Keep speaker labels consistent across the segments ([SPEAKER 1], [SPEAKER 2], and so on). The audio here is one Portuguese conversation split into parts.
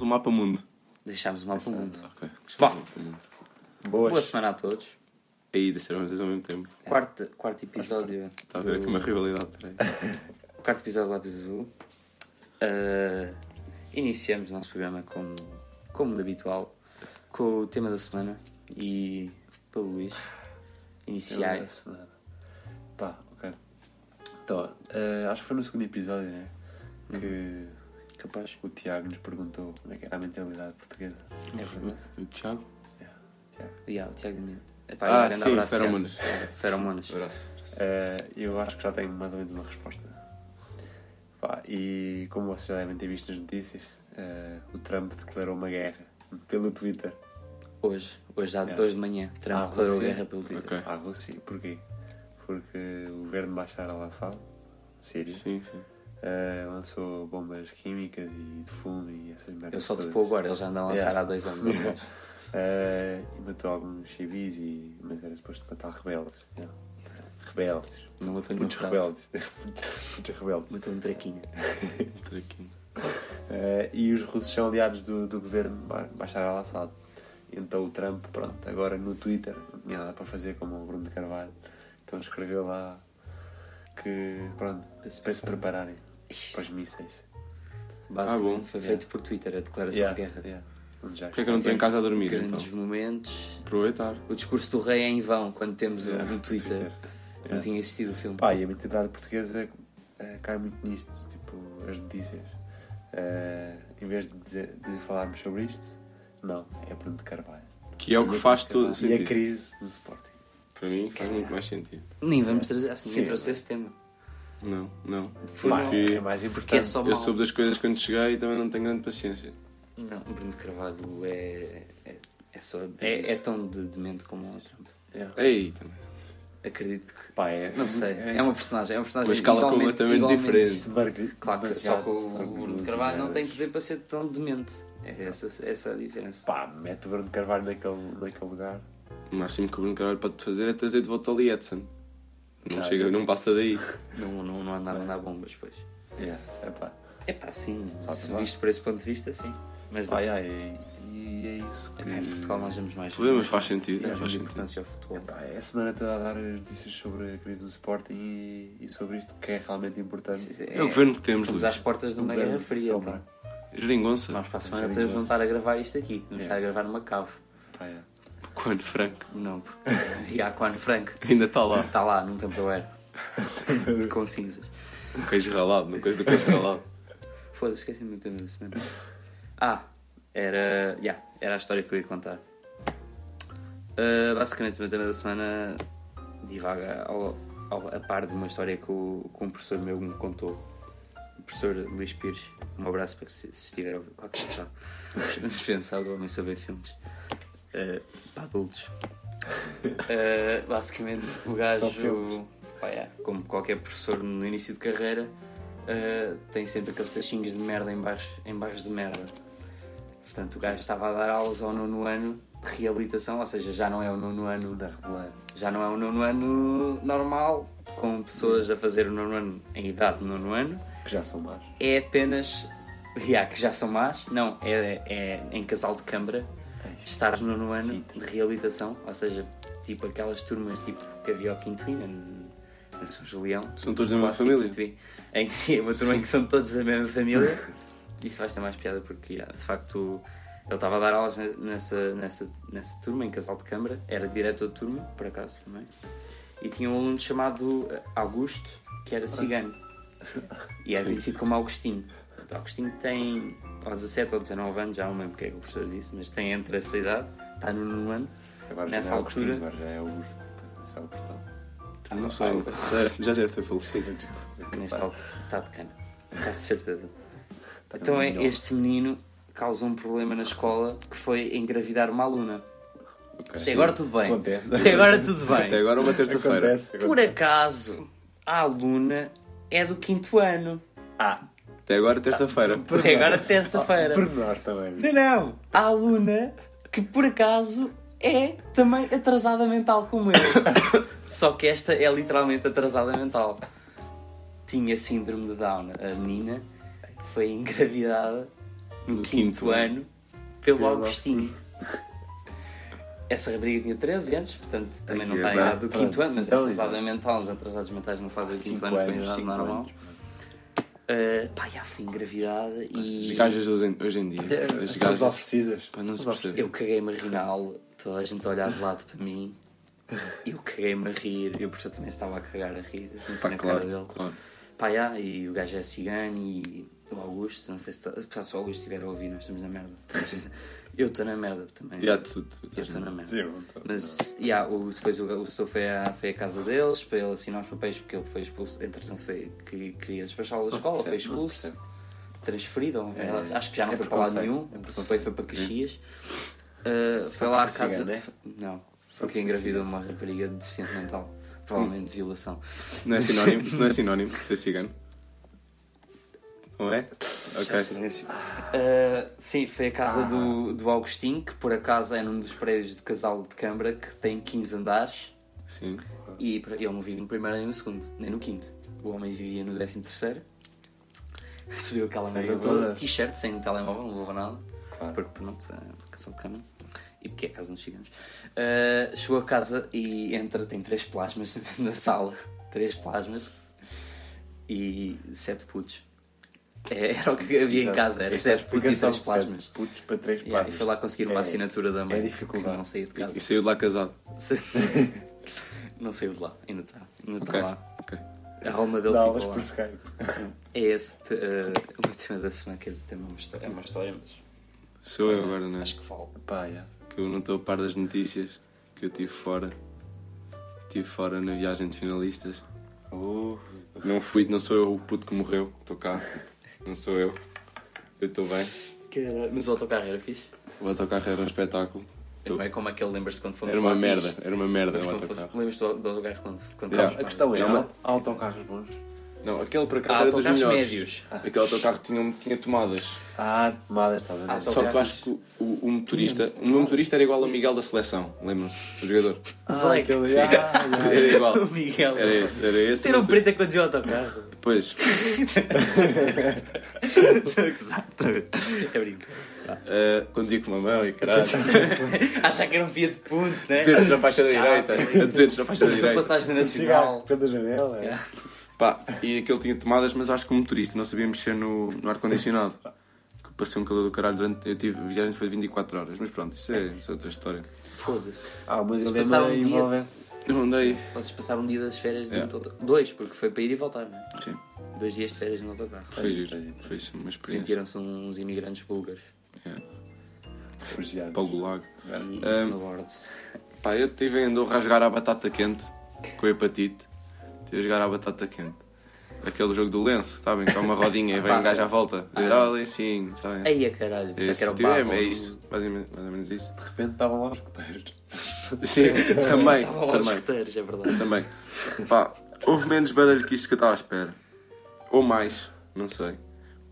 [SPEAKER 1] um mapa mundo.
[SPEAKER 2] Deixámos o mal para o mundo.
[SPEAKER 1] Ok.
[SPEAKER 2] Bom.
[SPEAKER 1] Mapa mundo.
[SPEAKER 3] Boas.
[SPEAKER 2] Boa semana a todos.
[SPEAKER 1] Aí desceram os dois é ao mesmo tempo.
[SPEAKER 2] Quarto, quarto episódio.
[SPEAKER 1] Está tá a ver aqui uma
[SPEAKER 2] do,
[SPEAKER 1] rivalidade. Peraí.
[SPEAKER 2] quarto episódio do Lápis Azul. Ah, iniciamos o nosso programa como, como de habitual, com o tema da semana e pelo Luís.
[SPEAKER 3] Tema da
[SPEAKER 2] Iniciais.
[SPEAKER 3] semana. Pá, Tá, ok. Então, eh, acho que foi no segundo episódio, né? Que
[SPEAKER 2] Capaz.
[SPEAKER 3] o Tiago nos perguntou como é que era a mentalidade portuguesa.
[SPEAKER 2] É verdade.
[SPEAKER 1] O Tiago.
[SPEAKER 3] Tiago.
[SPEAKER 2] Yeah, o Tiago Mendes. Epá, um
[SPEAKER 1] Ah,
[SPEAKER 2] grande
[SPEAKER 1] sim,
[SPEAKER 2] abraço, Tiago.
[SPEAKER 1] feromonas.
[SPEAKER 2] Feromonas.
[SPEAKER 1] Abraço.
[SPEAKER 3] Eh, eu acho que já tenho mais ou menos uma resposta. Pá, e como vocês já devem ter visto nas notícias, eh, o Trump declarou uma guerra pelo Twitter
[SPEAKER 2] Hoje, hoje, à-
[SPEAKER 3] Yeah.
[SPEAKER 2] hoje de manhã, Trump
[SPEAKER 3] Ah,
[SPEAKER 2] declarou
[SPEAKER 3] você?
[SPEAKER 2] guerra pelo Twitter.
[SPEAKER 1] Ok.
[SPEAKER 3] à Rússia. Ah, Porquê? Porque o governo de Bashar al-Assad, Síria,
[SPEAKER 1] Sim, sim.
[SPEAKER 3] eh, lançou bombas químicas e de fumo e essas merdas.
[SPEAKER 2] Ele só
[SPEAKER 3] todas.
[SPEAKER 2] depou agora, ele já anda a lançar
[SPEAKER 3] Yeah.
[SPEAKER 2] há dois anos atrás.
[SPEAKER 3] Eh, e matou alguns civis, e... mas era suposto matar rebeldes. yeah. Rebeldes.
[SPEAKER 2] Não um matou nenhum
[SPEAKER 3] Muitos
[SPEAKER 2] rebelde.
[SPEAKER 3] rebeldes. Muitos rebeldes.
[SPEAKER 2] Matou um traquinho.
[SPEAKER 1] Vou aqui.
[SPEAKER 3] Eh, e os russos são aliados do, do governo Ba- Bashar al-Assad. Então o Trump, pronto, agora no Twitter, não tinha nada para fazer como o Bruno de Carvalho, então escreveu lá que, pronto, para se prepararem para os mísseis.
[SPEAKER 2] Basicamente
[SPEAKER 1] bom.
[SPEAKER 2] foi
[SPEAKER 3] Yeah.
[SPEAKER 2] feito por Twitter a declaração
[SPEAKER 3] Yeah,
[SPEAKER 2] de guerra.
[SPEAKER 3] yeah. Onde já
[SPEAKER 1] Porquê é que eu não estou em casa a dormir? Então?
[SPEAKER 2] Grandes momentos.
[SPEAKER 1] Aproveitar.
[SPEAKER 2] O discurso do rei é em vão quando temos
[SPEAKER 3] Yeah,
[SPEAKER 2] um, um Twitter. Não
[SPEAKER 3] Yeah.
[SPEAKER 2] tinha assistido o filme.
[SPEAKER 3] Pá, e a mentalidade portuguesa eh, cai muito nisto, tipo, as notícias. Eh, em vez de, dizer- de falarmos sobre isto, não, é Bruno de Carvalho.
[SPEAKER 1] Que é o que faz todo
[SPEAKER 3] E a
[SPEAKER 1] sentido.
[SPEAKER 3] crise do Sporting.
[SPEAKER 1] Para mim faz muito mais sentido.
[SPEAKER 2] Nem vamos trazer. Acho que ninguém
[SPEAKER 3] Sim.
[SPEAKER 2] trouxe esse tema.
[SPEAKER 1] Não, não.
[SPEAKER 2] Foi
[SPEAKER 3] Pá,
[SPEAKER 1] Porque
[SPEAKER 3] é mais
[SPEAKER 2] Porque é
[SPEAKER 3] importante.
[SPEAKER 2] só mal.
[SPEAKER 1] eu soube das coisas quando cheguei e também não tenho grande paciência.
[SPEAKER 2] Não, Bruno de Carvalho é. é, é só, é, é tão de demente como o Trump.
[SPEAKER 3] Yeah.
[SPEAKER 1] Ei, também.
[SPEAKER 2] Acredito que.
[SPEAKER 3] Pá, é-
[SPEAKER 2] Não sei. É uma personagem. É uma personagem
[SPEAKER 1] Uma escala
[SPEAKER 2] igualmente-
[SPEAKER 1] completamente
[SPEAKER 2] igualmente-
[SPEAKER 1] diferente.
[SPEAKER 3] Demasiado-
[SPEAKER 2] Claro que só que o
[SPEAKER 3] demasiado-
[SPEAKER 2] o Bruno de Carvalho não tem poder para ser tão demente. É essa, essa a diferença.
[SPEAKER 3] Pá, mete o Bruno de Carvalho naquele, naquele lugar.
[SPEAKER 1] O máximo que o Bruno Carvalho pode fazer é trazer de volta o Lee Edson. Não
[SPEAKER 3] Claro.
[SPEAKER 1] chega, não passa daí.
[SPEAKER 2] Não, não, não andar a mandar bombas, pois.
[SPEAKER 3] Yeah. Epá.
[SPEAKER 2] É pá, sim.
[SPEAKER 3] Sabe
[SPEAKER 2] Se
[SPEAKER 3] lá.
[SPEAKER 2] visto por esse ponto de vista, sim. Mas Então,
[SPEAKER 3] Pá, yeah, e, e é isso que...
[SPEAKER 2] Epá, em Portugal nós damos mais.
[SPEAKER 1] Vê, mas faz sentido,
[SPEAKER 2] Damos
[SPEAKER 1] faz
[SPEAKER 2] mais
[SPEAKER 1] sentido.
[SPEAKER 2] importância ao futebol.
[SPEAKER 3] Epá, é a semana toda a dar as notícias sobre a crise do Sporting e, e sobre isto que é realmente importante.
[SPEAKER 2] Sim, sim,
[SPEAKER 1] É o governo que temos,
[SPEAKER 2] Estamos
[SPEAKER 1] Luís.
[SPEAKER 2] às portas de uma
[SPEAKER 3] Governo
[SPEAKER 2] guerra
[SPEAKER 3] de
[SPEAKER 2] fria.
[SPEAKER 3] sombra.
[SPEAKER 2] então.
[SPEAKER 1] Geringonça.
[SPEAKER 2] Nós para a semana
[SPEAKER 3] Vamos
[SPEAKER 2] podemos
[SPEAKER 3] ser
[SPEAKER 2] não estar a gravar isto aqui. Vamos
[SPEAKER 3] É.
[SPEAKER 2] estar a gravar numa cave.
[SPEAKER 3] Pá, yeah.
[SPEAKER 1] Quando Franco
[SPEAKER 2] Não, porque Diacoano Franco
[SPEAKER 1] ainda está lá.
[SPEAKER 2] está lá num Tupperware. Com cinzas.
[SPEAKER 1] Um queijo ralado, uma coisa do queijo ralado.
[SPEAKER 2] Foda-se, esqueci-me do tema da semana. Ah, era. Yeah, era a história que eu ia contar. Uh, basicamente, o meu tema da semana divaga ao, ao- a par de uma história que, o, que um professor meu me contou. O professor Luís Pires. Um abraço para que se, se estiver a ouvir. Claro que está. Dispensado homem saber filmes. Uh, para adultos. Uh, basicamente, o
[SPEAKER 3] Só
[SPEAKER 2] gajo.
[SPEAKER 3] filmes.
[SPEAKER 2] Pá, yeah, como qualquer professor no início de carreira, uh, tem sempre aqueles tachinhos de merda em baixo, em baixo de merda. Portanto, o gajo estava a dar aulas ao nono ano de reabilitação, ou seja, já não é o nono ano,
[SPEAKER 3] Da Reboleiro.
[SPEAKER 2] já não é o nono ano normal, com pessoas a fazer o nono ano em idade do nono ano,
[SPEAKER 3] Que já são más.
[SPEAKER 2] é apenas. Yeah, que já são más, não, é, é em casal de câmara, estar no nono ano
[SPEAKER 3] Sim.
[SPEAKER 2] de reabilitação, ou seja, tipo aquelas turmas tipo que havia ao Quinto I, na- na São Julião.
[SPEAKER 1] São todos da mesma
[SPEAKER 2] Clássico
[SPEAKER 1] família.
[SPEAKER 2] Quinto I. Em que sim, é uma turma em que são todos da mesma família. Isso faz ter mais piada porque, yeah, de facto, ele estava a dar aulas ne- nessa, nessa, nessa turma, em casal de câmara, era diretor de turma, por acaso também, e tinha um aluno chamado eh, Augusto, que era cigano. E era
[SPEAKER 1] Sim.
[SPEAKER 2] conhecido como Agostinho. Portanto, Agostinho tem aos 17 ou 19 anos, já não me lembro porque é que o professor disse, mas tem entre essa idade, está no nono ano.
[SPEAKER 3] Agora
[SPEAKER 2] Nessa
[SPEAKER 3] já não é Agostinho,
[SPEAKER 2] altura-
[SPEAKER 3] Agora já é Augusto. Já é o portão.
[SPEAKER 1] Não sei, já- já deve ter falecido.
[SPEAKER 2] Neste alto está de cana, quase certeza. Então é, este menino causou um problema na escola que foi engravidar uma aluna. Até agora tudo bem.
[SPEAKER 3] Acontece.
[SPEAKER 2] Até agora tudo bem.
[SPEAKER 1] Até agora é uma terça-feira.
[SPEAKER 3] Acontece.
[SPEAKER 2] Por acaso, a aluna é do quinto ano.
[SPEAKER 3] Ah,
[SPEAKER 1] Até agora é terça-feira.
[SPEAKER 2] Até agora terça-feira.
[SPEAKER 3] por nós também.
[SPEAKER 2] Não, não. A aluna que por acaso é também atrasada mental como eu. Só que esta é literalmente atrasada mental. Tinha síndrome de Down. A menina foi engravidada no,
[SPEAKER 1] No
[SPEAKER 2] quinto,
[SPEAKER 1] quinto
[SPEAKER 2] ano, pelo
[SPEAKER 1] Pelo
[SPEAKER 2] Agostinho. Essa rapariga tinha 13 anos, portanto também não
[SPEAKER 1] Ai,
[SPEAKER 2] está em
[SPEAKER 1] é,
[SPEAKER 2] idade do
[SPEAKER 3] pronto.
[SPEAKER 2] quinto ano, mas é
[SPEAKER 3] Então,
[SPEAKER 2] atrasado
[SPEAKER 3] exato.
[SPEAKER 2] mental, os atrasados mentais não fazem o quinto
[SPEAKER 3] Cinco
[SPEAKER 2] ano com a
[SPEAKER 3] anos,
[SPEAKER 2] idade
[SPEAKER 3] cinco
[SPEAKER 2] normal.
[SPEAKER 3] anos.
[SPEAKER 2] Uh, pá, já fui engravidada e
[SPEAKER 1] As gajas hoje, hoje em dia.
[SPEAKER 2] É,
[SPEAKER 1] As
[SPEAKER 3] É, São as
[SPEAKER 1] gajas.
[SPEAKER 3] oferecidas.
[SPEAKER 1] Pá, não se
[SPEAKER 3] São as
[SPEAKER 1] percebe.
[SPEAKER 2] eu caguei-me a rir na aula, toda a gente a olhar de lado para mim, eu caguei-me a rir, eu por isso também estava a cagar a rir, eu senti
[SPEAKER 1] Pá,
[SPEAKER 2] na cara
[SPEAKER 1] claro,
[SPEAKER 2] dele.
[SPEAKER 1] claro.
[SPEAKER 2] Pá, já, e o gajo é cigano e o Augusto, não sei se, tá, pá, se o Augusto estiver a ouvir, nós estamos na merda. Eu estou na merda também.
[SPEAKER 1] Já, tu- tu-
[SPEAKER 2] eu estou na merda.
[SPEAKER 3] Sim, eu tô-
[SPEAKER 2] Mas, yeah, o, depois o, o Stowe foi à, foi à casa deles para ele assinar os papéis porque ele foi expulso. Entretanto, foi, que, queria despachá-lo da
[SPEAKER 3] Não se
[SPEAKER 2] escola, foi
[SPEAKER 3] percebe, não se
[SPEAKER 2] expulso, transferido. ou-
[SPEAKER 3] É,
[SPEAKER 2] acho que já não
[SPEAKER 3] é
[SPEAKER 2] foi para lado
[SPEAKER 3] preconceito,
[SPEAKER 2] nenhum,
[SPEAKER 3] é
[SPEAKER 2] se
[SPEAKER 3] preconceito.
[SPEAKER 2] foi, foi para Caxias. Uh, foi lá à
[SPEAKER 3] por ser
[SPEAKER 2] casa.
[SPEAKER 3] cigano, é?
[SPEAKER 2] Não,
[SPEAKER 3] Só por
[SPEAKER 2] porque
[SPEAKER 3] ser Hum.
[SPEAKER 2] engravidou uma rapariga de deficiente mental, provavelmente de violação.
[SPEAKER 1] Isso não é sinónimo, isso não é sinónimo de ser cigano. Não é?
[SPEAKER 2] Já
[SPEAKER 1] Ok.
[SPEAKER 2] silêncio. Ah, sim, foi a casa do, do Augustinho, que por acaso é num dos prédios de casal de Câmara que tem 15 andares
[SPEAKER 1] Sim.
[SPEAKER 2] e pra- ele não vive no primeiro nem no segundo, nem no quinto. O homem vivia no décimo terceiro, subiu aquela
[SPEAKER 3] Saiu
[SPEAKER 2] merda toda,
[SPEAKER 3] toda.
[SPEAKER 2] t-shirt sem telemóvel, não levou nada,
[SPEAKER 3] Claro.
[SPEAKER 2] porque pronto, é casal de Câmara. E porque é casa dos chiganos. Ah, chegou a casa e entra, tem três plasmas na sala. Três plasmas e sete putos. É, era o que havia em
[SPEAKER 3] Exato.
[SPEAKER 2] casa, era
[SPEAKER 3] Esta é a
[SPEAKER 2] sete putos e
[SPEAKER 3] explicação,
[SPEAKER 2] três plasmas.
[SPEAKER 3] sete putos para três
[SPEAKER 2] Yeah,
[SPEAKER 3] plasmas.
[SPEAKER 2] e foi lá conseguir uma
[SPEAKER 3] É-
[SPEAKER 2] assinatura da mãe.
[SPEAKER 3] É dificuldade.
[SPEAKER 2] que Não saiu de casa.
[SPEAKER 1] E saiu de lá casado.
[SPEAKER 2] não saiu de lá, ainda está. Ainda está
[SPEAKER 1] Ok.
[SPEAKER 2] lá.
[SPEAKER 1] ok.
[SPEAKER 2] A alma dele
[SPEAKER 3] Dá aulas
[SPEAKER 2] ficou lá.
[SPEAKER 3] por Skype.
[SPEAKER 2] É esse te- eh, o meu tema da semana, quer dizer, tem uma histó- é uma história, mas
[SPEAKER 1] Sou eu agora, não é?
[SPEAKER 2] acho que falo.
[SPEAKER 3] Pá, yeah.
[SPEAKER 1] Que eu não estou a par das notícias que eu tive fora. Tive fora na viagem de finalistas.
[SPEAKER 2] Oh.
[SPEAKER 3] Uh,
[SPEAKER 1] Não fui, não sou eu o puto que morreu. Estou cá. Não sou eu. Eu estou bem.
[SPEAKER 2] Mas o autocarro era fixe.
[SPEAKER 1] O autocarro era um espetáculo.
[SPEAKER 2] Não é como aquele, lembras-te quando fomos
[SPEAKER 1] Era uma
[SPEAKER 2] lá,
[SPEAKER 1] merda,
[SPEAKER 2] fixe?
[SPEAKER 1] era uma merda o
[SPEAKER 2] Mas quando
[SPEAKER 1] autocarro.
[SPEAKER 2] fomos- Lembras-te do, do autocarro quando, quando
[SPEAKER 1] Yeah.
[SPEAKER 2] fomos
[SPEAKER 3] a
[SPEAKER 2] lá? Ah,
[SPEAKER 3] questão é,
[SPEAKER 1] Não,
[SPEAKER 3] há
[SPEAKER 1] mas-
[SPEAKER 3] há autocarros bons?
[SPEAKER 1] Não, aquele por
[SPEAKER 2] Há
[SPEAKER 1] acaso era dos
[SPEAKER 2] Ah, autocarros
[SPEAKER 1] melhores.
[SPEAKER 2] médios. Ah.
[SPEAKER 1] Aquele autocarro tinha, tinha tomadas.
[SPEAKER 3] Ah, tomadas, estás a ver?
[SPEAKER 2] Ah,
[SPEAKER 1] Só que eu acho que o, o motorista, o meu motorista era igual ao Miguel da seleção, lembram-se? O jogador.
[SPEAKER 3] ah,
[SPEAKER 2] Black.
[SPEAKER 3] aquele... Ah, yeah.
[SPEAKER 1] Era é igual.
[SPEAKER 2] O Miguel.
[SPEAKER 1] Era esse, era esse.
[SPEAKER 2] Ter é. um
[SPEAKER 1] motorista.
[SPEAKER 2] preto é que conduzia o autocarro.
[SPEAKER 1] Pois,
[SPEAKER 2] Exato. É brinco.
[SPEAKER 1] eh, conduzia com uma mão e caralho.
[SPEAKER 2] Achar que era um Fiat Punto, né?
[SPEAKER 1] 200 na faixa da direita. A 200 na faixa da
[SPEAKER 2] Tu
[SPEAKER 1] direita.
[SPEAKER 2] passaste na
[SPEAKER 3] Cigarro
[SPEAKER 2] Nacional.
[SPEAKER 3] pela janela. é.
[SPEAKER 2] Yeah.
[SPEAKER 1] Pá, e aquele tinha tomadas, mas acho que o motorista não sabia mexer no, no ar-condicionado. Que passei um calor do caralho durante. Eu tive. A viagem foi de 24 horas, mas pronto, isso é, isso é outra história.
[SPEAKER 2] Foda-se.
[SPEAKER 3] Ah, mas
[SPEAKER 2] Se
[SPEAKER 3] eu
[SPEAKER 2] passar
[SPEAKER 3] lembro
[SPEAKER 2] um
[SPEAKER 3] aí
[SPEAKER 2] dia-
[SPEAKER 3] uma vez...
[SPEAKER 1] Eu andei.
[SPEAKER 2] Vocês passaram um dia das férias
[SPEAKER 1] É.
[SPEAKER 2] dentro do... Dois, porque foi para ir e voltar, né?
[SPEAKER 1] Sim,
[SPEAKER 2] Dois dias de férias no autocarro.
[SPEAKER 1] foi giro. Foi uma experiência.
[SPEAKER 2] Sentiram-se uns imigrantes búlgaros.
[SPEAKER 1] É.
[SPEAKER 3] Refugiado.
[SPEAKER 1] Paulo do Lago.
[SPEAKER 2] E
[SPEAKER 1] Ah.
[SPEAKER 2] snowboard.
[SPEAKER 1] Pá, eu estive em Andorra a jogar à batata quente com hepatite. Estive a jogar à batata quente. Aquele jogo do lenço, sabem? Que há uma rodinha e vem um gajo à volta. Ah, lencinho, sabem?
[SPEAKER 2] Aí a caralho,
[SPEAKER 1] É
[SPEAKER 2] pensei que era o
[SPEAKER 1] tipo,
[SPEAKER 2] barro.
[SPEAKER 1] é, é isso, basicamente- mais ou menos isso.
[SPEAKER 3] De repente estavam lá os coteiros.
[SPEAKER 1] Sim, também,
[SPEAKER 2] Estavam lá os
[SPEAKER 1] também.
[SPEAKER 2] escuteiros, é verdade.
[SPEAKER 1] Também. Pá, houve menos barulho que isto que eu estava à espera. Ou mais, não sei.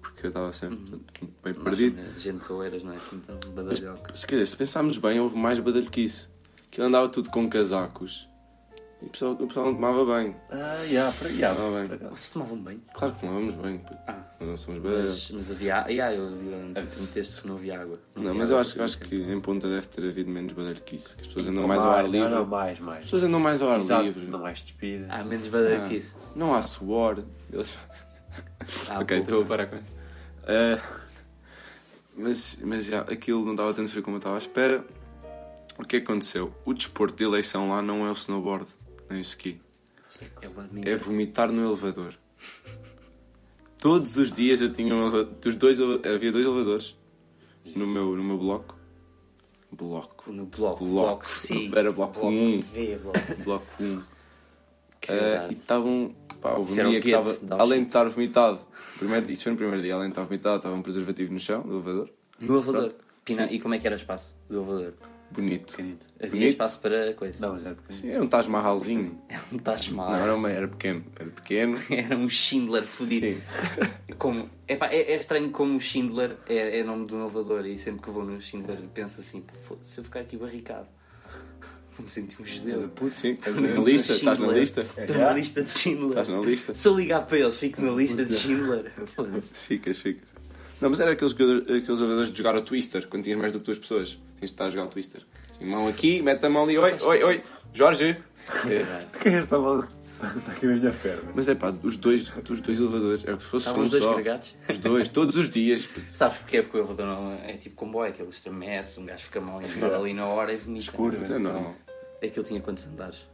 [SPEAKER 1] Porque eu estava sempre bem
[SPEAKER 2] Mas,
[SPEAKER 1] perdido.
[SPEAKER 2] né, Gente que eu eras, não é assim tão badalhoca.
[SPEAKER 1] Se calhar, se pensarmos bem, houve mais badalho que isso. Que andava tudo com casacos. E o pessoal, o pessoal não tomava bem.
[SPEAKER 3] Ah, já, para já.
[SPEAKER 1] Ah, bem.
[SPEAKER 2] Vocês tomavam bem?
[SPEAKER 1] Claro que tomávamos bem. puto.
[SPEAKER 2] Ah.
[SPEAKER 1] Nós não somos badalhos.
[SPEAKER 2] Mas, mas havia água. Yeah, eu vi durante um texto que não havia água.
[SPEAKER 1] É. Não,
[SPEAKER 2] havia
[SPEAKER 1] mas eu
[SPEAKER 2] água.
[SPEAKER 1] acho, acho que em Ponta deve ter havido menos badalho que isso. Que as pessoas andam
[SPEAKER 3] Não
[SPEAKER 1] mais ao ar livre.
[SPEAKER 3] Não, não,
[SPEAKER 1] As
[SPEAKER 3] mais, mais.
[SPEAKER 1] pessoas andam mais ao ar
[SPEAKER 3] Exato,
[SPEAKER 1] livre.
[SPEAKER 3] Não mais despida.
[SPEAKER 2] Há menos badalho que isso.
[SPEAKER 1] Não há suor. Eles-
[SPEAKER 2] Há
[SPEAKER 1] ok,
[SPEAKER 2] pouco.
[SPEAKER 1] estou a parar com isso. Ah, mas, mas já, aquilo não dava tanto frio como eu estava à espera. O que aconteceu? O desporto de eleição lá não é o snowboard, nem o ski.
[SPEAKER 2] É o badminton.
[SPEAKER 1] É vomitar no elevador. Todos os dias eu tinha um elevador. Dos dois, ele- havia dois elevadores no meu, no meu bloco. Bloco.
[SPEAKER 2] No
[SPEAKER 1] Bloco.
[SPEAKER 2] bloco. Bloco C.
[SPEAKER 1] Era bloco um.
[SPEAKER 2] V, bloco.
[SPEAKER 1] Bloco 1.
[SPEAKER 2] Que
[SPEAKER 1] Ah,
[SPEAKER 2] verdade.
[SPEAKER 1] e estavam. Pá, houve
[SPEAKER 2] Isso
[SPEAKER 1] um
[SPEAKER 2] era
[SPEAKER 1] dia
[SPEAKER 2] o
[SPEAKER 1] que
[SPEAKER 2] gueto
[SPEAKER 1] estava.
[SPEAKER 2] de Auschwitz.
[SPEAKER 1] Além de estar vomitado, primeiro, isto foi no primeiro dia, além de estar vomitado, estava um preservativo no chão, no elevador.
[SPEAKER 2] No elevador. Pina- E como é que era o espaço do elevador?
[SPEAKER 1] Bonito.
[SPEAKER 3] Pequenito.
[SPEAKER 2] Havia
[SPEAKER 1] Bonito.
[SPEAKER 2] espaço para coisa. É
[SPEAKER 3] Não, mas é era pequenito.
[SPEAKER 1] Sim, era um Taj Mahalzinho.
[SPEAKER 2] Não estás mal.
[SPEAKER 1] Não, era, uma, era pequeno. Era pequeno.
[SPEAKER 2] Era um Schindler fodido.
[SPEAKER 1] Sim.
[SPEAKER 2] Como... Epá, é, é estranho como o Schindler é, é nome de um elevador e sempre que vou no Schindler penso assim, "Pô, foda-se, se eu ficar aqui barricado, vou me sentir um judeu.
[SPEAKER 1] Puto, sim. Estás na lista, estás na lista.
[SPEAKER 2] Estou na lista de Schindler.
[SPEAKER 1] Estás na lista.
[SPEAKER 2] Se eu ligar para eles, fico na lista de Schindler. Foda-se.
[SPEAKER 1] Ficas, ficas. Não, mas era aqueles, jogador- aqueles jogadores de jogar ao Twister, quando tinhas mais do que duas pessoas. Tinhas de estar a jogar ao Twister. Assim, mão aqui, mete a mão ali, oi, oi, oi, Jorge. É.
[SPEAKER 3] Quem é esta mão? Está aqui na minha perna.
[SPEAKER 1] Mas é pá, os dois, os dois elevadores, é que se fosse
[SPEAKER 2] Estavam
[SPEAKER 1] um
[SPEAKER 2] os dois
[SPEAKER 1] só.
[SPEAKER 2] carregados.
[SPEAKER 1] Os dois, todos os dias. puto.
[SPEAKER 2] Sabes porquê? Porque o elevador não é tipo comboio, aquilo estremece, um gajo fica mal enfiado ali na hora e vomita.
[SPEAKER 3] Curvas.
[SPEAKER 1] Não, não.
[SPEAKER 2] Aquilo tinha quantos andares?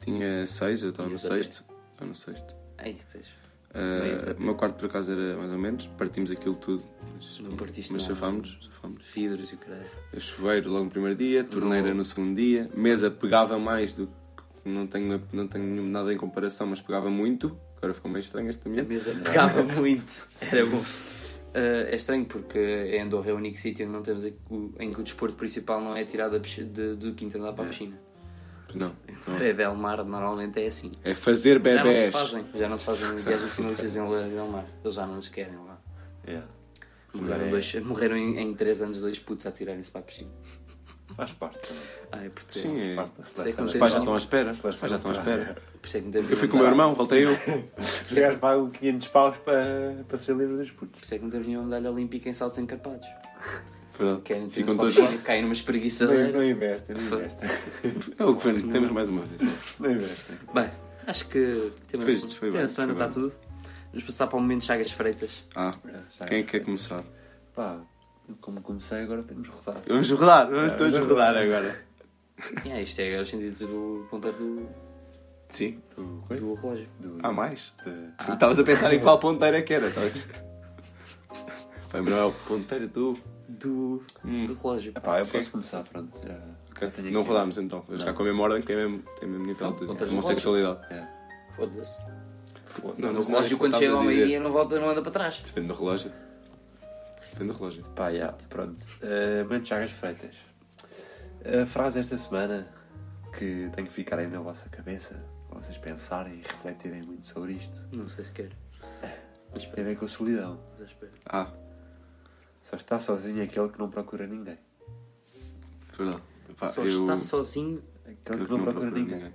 [SPEAKER 1] Tinha seis, eu estava no
[SPEAKER 2] Ias a pé.
[SPEAKER 1] sexto. Estava no sexto.
[SPEAKER 2] Ai, pois. Não ias
[SPEAKER 1] Ah,
[SPEAKER 2] a
[SPEAKER 1] o meu quarto por acaso era mais ou menos, partimos aquilo tudo. Mas,
[SPEAKER 2] Não partiste
[SPEAKER 1] mas
[SPEAKER 2] nada.
[SPEAKER 1] safámos, safámos.
[SPEAKER 2] Vidros e o caralho.
[SPEAKER 1] Chuveiro logo no primeiro dia, torneira
[SPEAKER 2] Não.
[SPEAKER 1] no segundo dia, mesa pegava mais do que. Não tenho, não tenho nenhum- nada em comparação, mas pegava muito. Agora ficou meio estranho esta
[SPEAKER 2] A
[SPEAKER 1] minha.
[SPEAKER 2] mesa pegava muito. Era bom. Ah, é estranho porque é Andorra é o único sítio onde não temos aqui o- em que o desporto principal não é tirado da pisci- de- do quinto andar para a piscina.
[SPEAKER 1] Não, É. não.
[SPEAKER 2] É Belmar, normalmente é assim.
[SPEAKER 1] É fazer
[SPEAKER 2] Já não se
[SPEAKER 1] bebés.
[SPEAKER 2] fazem, já não se fazem mundiais de finalistas em Vila de Belmar. Eles já não nos querem lá.
[SPEAKER 3] Yeah.
[SPEAKER 2] Morreram,
[SPEAKER 3] é-
[SPEAKER 2] dois, morreram em, em três anos dois putos a tirarem-se para a piscina.
[SPEAKER 3] Faz parte.
[SPEAKER 2] Ah, é por ter.
[SPEAKER 1] Sim, é.
[SPEAKER 3] Parte da
[SPEAKER 1] Os
[SPEAKER 2] Sei que
[SPEAKER 3] seleção.
[SPEAKER 2] não
[SPEAKER 3] Os
[SPEAKER 1] pais
[SPEAKER 2] tens
[SPEAKER 3] pais-
[SPEAKER 1] já
[SPEAKER 2] alma.
[SPEAKER 1] estão à espera. Os pais
[SPEAKER 3] Seleção
[SPEAKER 1] já estão à
[SPEAKER 3] natural.
[SPEAKER 1] espera.
[SPEAKER 2] Por isso é que não temos
[SPEAKER 1] Eu fui
[SPEAKER 2] nenhum
[SPEAKER 1] com o meu
[SPEAKER 2] medalha.
[SPEAKER 1] irmão, voltei eu.
[SPEAKER 3] Os gajos pagam 500 um paus para, para ser livre dos putos.
[SPEAKER 2] Por isso é que não temos nenhuma medalha olímpica em saltos encarpados. Querem
[SPEAKER 1] Pronto,
[SPEAKER 2] ter
[SPEAKER 1] Ficam
[SPEAKER 2] para a
[SPEAKER 1] todos.
[SPEAKER 2] piscina, caem numa
[SPEAKER 3] Não,
[SPEAKER 2] espreguiçadeira.
[SPEAKER 3] não investem, não investem.
[SPEAKER 1] É o governo que temos mais uma vez.
[SPEAKER 3] Não investem.
[SPEAKER 2] Bem, acho que temos
[SPEAKER 1] Foi-
[SPEAKER 2] a
[SPEAKER 1] foi
[SPEAKER 2] tema
[SPEAKER 1] bem,
[SPEAKER 2] da semana
[SPEAKER 1] foi
[SPEAKER 2] está
[SPEAKER 1] bem.
[SPEAKER 2] tudo. Vamos passar para o momento de Chagas Freitas.
[SPEAKER 1] Ah,
[SPEAKER 3] Já.
[SPEAKER 1] quem é que quer começar?
[SPEAKER 3] Pá, como comecei, agora temos que rodar.
[SPEAKER 1] Vamos rodar, vamos
[SPEAKER 3] Ah,
[SPEAKER 1] todos
[SPEAKER 3] vamos
[SPEAKER 1] rodar
[SPEAKER 3] rodar.
[SPEAKER 1] agora.
[SPEAKER 2] yeah, isto é o sentido do ponteiro do,
[SPEAKER 1] Sim.
[SPEAKER 3] Do, coisa?
[SPEAKER 2] do relógio.
[SPEAKER 3] Do-
[SPEAKER 1] Há mais?
[SPEAKER 3] de-
[SPEAKER 1] Estavas a pensar em qual ponteira que era. Estavas... Pai Manuel, é ponteiro do.
[SPEAKER 2] Do,
[SPEAKER 1] Hum.
[SPEAKER 2] do relógio.
[SPEAKER 3] Epá, eu
[SPEAKER 1] Sim.
[SPEAKER 3] posso começar, pronto. Já, já tenho
[SPEAKER 1] Não
[SPEAKER 3] aqui- um.
[SPEAKER 1] rodámos então. Vamos ficar com a mesma ordem que tem mesmo, tem mesmo nível de
[SPEAKER 2] ponteiro do
[SPEAKER 1] homossexualidade.
[SPEAKER 3] É.
[SPEAKER 2] Foda-se.
[SPEAKER 3] Foda-se.
[SPEAKER 1] Não,
[SPEAKER 2] No
[SPEAKER 1] não
[SPEAKER 2] relógio,
[SPEAKER 1] sei,
[SPEAKER 2] quando
[SPEAKER 1] estava
[SPEAKER 2] chega
[SPEAKER 1] a
[SPEAKER 2] ao
[SPEAKER 1] dizer.
[SPEAKER 2] meio-dia, não volta, não anda para trás.
[SPEAKER 1] Depende do relógio. Depende do relógio.
[SPEAKER 3] Pá, já, pronto. Uh, Mano Chagas Freitas. A frase esta semana que tem que ficar aí na vossa cabeça, para vocês pensarem e refletirem muito sobre isto,
[SPEAKER 2] Não sei se quero. Mas
[SPEAKER 3] tem a ver com a solidão.
[SPEAKER 2] espera.
[SPEAKER 1] Ah,
[SPEAKER 3] Só está sozinho aquele que não procura ninguém.
[SPEAKER 1] verdade. Pá,
[SPEAKER 2] Só
[SPEAKER 1] eu-
[SPEAKER 2] está sozinho.
[SPEAKER 3] Aquele que não, procura, ninguém.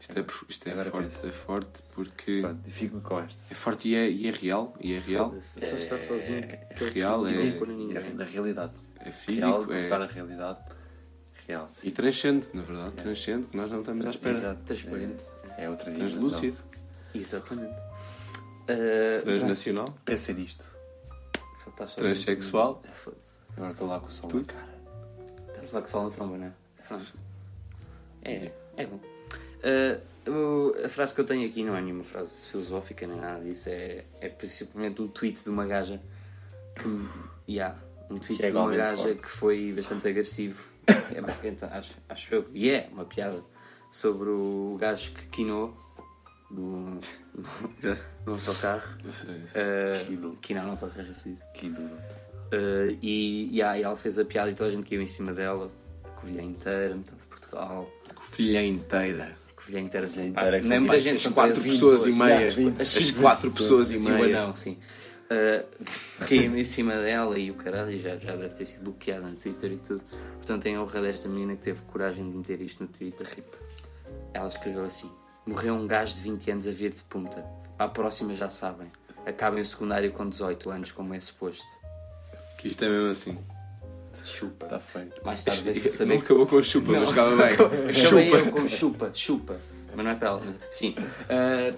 [SPEAKER 1] Isto é, pro- isto é
[SPEAKER 3] Agora
[SPEAKER 1] forte,
[SPEAKER 3] pensa.
[SPEAKER 1] é forte porque.
[SPEAKER 3] Pronto, e fico com esta.
[SPEAKER 1] É forte e é, e é real. E é real.
[SPEAKER 2] Foda-se, Só está sozinho. que-
[SPEAKER 1] real,
[SPEAKER 2] que
[SPEAKER 1] é-
[SPEAKER 2] não
[SPEAKER 3] Existe
[SPEAKER 2] existe por
[SPEAKER 3] é
[SPEAKER 2] ninguém.
[SPEAKER 3] na realidade.
[SPEAKER 1] É
[SPEAKER 3] real,
[SPEAKER 1] físico.
[SPEAKER 3] não
[SPEAKER 1] É...
[SPEAKER 3] está na realidade. Real, sim.
[SPEAKER 1] E transcende, na verdade. Transcende, que nós não estamos à espera.
[SPEAKER 3] Exato,
[SPEAKER 2] Transparente.
[SPEAKER 3] É, é outra dimensão.
[SPEAKER 1] Translúcido,
[SPEAKER 2] Exatamente. Ah,
[SPEAKER 1] transnacional,
[SPEAKER 3] Pensem nisto.
[SPEAKER 2] só está sozinho. É,
[SPEAKER 1] transsexual.
[SPEAKER 2] Foda-se.
[SPEAKER 3] Agora estou lá com o sol na
[SPEAKER 1] Tudo.
[SPEAKER 3] cara.
[SPEAKER 2] Estás lá com o sol na tromba, não é? Pronto. É, é bom. Ah, o- a frase que eu tenho aqui não é nenhuma frase filosófica nem nada disso, é, é principalmente um tweet de uma gaja que. Yeah, um tweet
[SPEAKER 3] Que é
[SPEAKER 2] de uma
[SPEAKER 3] igualmente
[SPEAKER 2] gaja
[SPEAKER 3] forte.
[SPEAKER 2] que foi bastante agressivo. É basicamente, acho, acho eu, e é uma piada sobre o gajo que quinou do, no autocarro. Ah,
[SPEAKER 3] Quinou.
[SPEAKER 2] quinou no autocarro, é preciso.
[SPEAKER 3] Que duro.
[SPEAKER 2] Uh, e, e, aí ela fez a piada e toda a gente caiu em cima dela. A Covilhã inteira, metade de Portugal.
[SPEAKER 1] Filha inteira.
[SPEAKER 2] A Covilhã inteira, sim. Pá,
[SPEAKER 3] inteira que
[SPEAKER 2] não é
[SPEAKER 3] são
[SPEAKER 2] muita
[SPEAKER 3] três-
[SPEAKER 2] gente,
[SPEAKER 1] As
[SPEAKER 2] são
[SPEAKER 1] quatro
[SPEAKER 2] três
[SPEAKER 1] pessoas e
[SPEAKER 2] pessoas,
[SPEAKER 1] meia.
[SPEAKER 2] já, as quatro-
[SPEAKER 1] As cinco- quatro pessoas e
[SPEAKER 2] Sim, o
[SPEAKER 1] meia.
[SPEAKER 2] anão, sim. Uh, Caiu em cima dela e o caralho e já, já deve ter sido bloqueada no Twitter e tudo. Portanto, em honra desta menina que teve coragem de meter isto no Twitter, RIP. Ela escreveu assim: Morreu um gajo de 20 anos a vir de punta. À próxima já sabem. Acabem o secundário com 18 anos, como é suposto.
[SPEAKER 1] Que isto é mesmo assim.
[SPEAKER 2] Chupa.
[SPEAKER 3] Está Tá feito.
[SPEAKER 2] Mais tarde vai se saber
[SPEAKER 1] Não acabou com a chupa, mas jogava bem.
[SPEAKER 2] Acabei eu
[SPEAKER 1] chupa.
[SPEAKER 2] com chupa, chupa. Mas não é para ela, mas sim. Ah,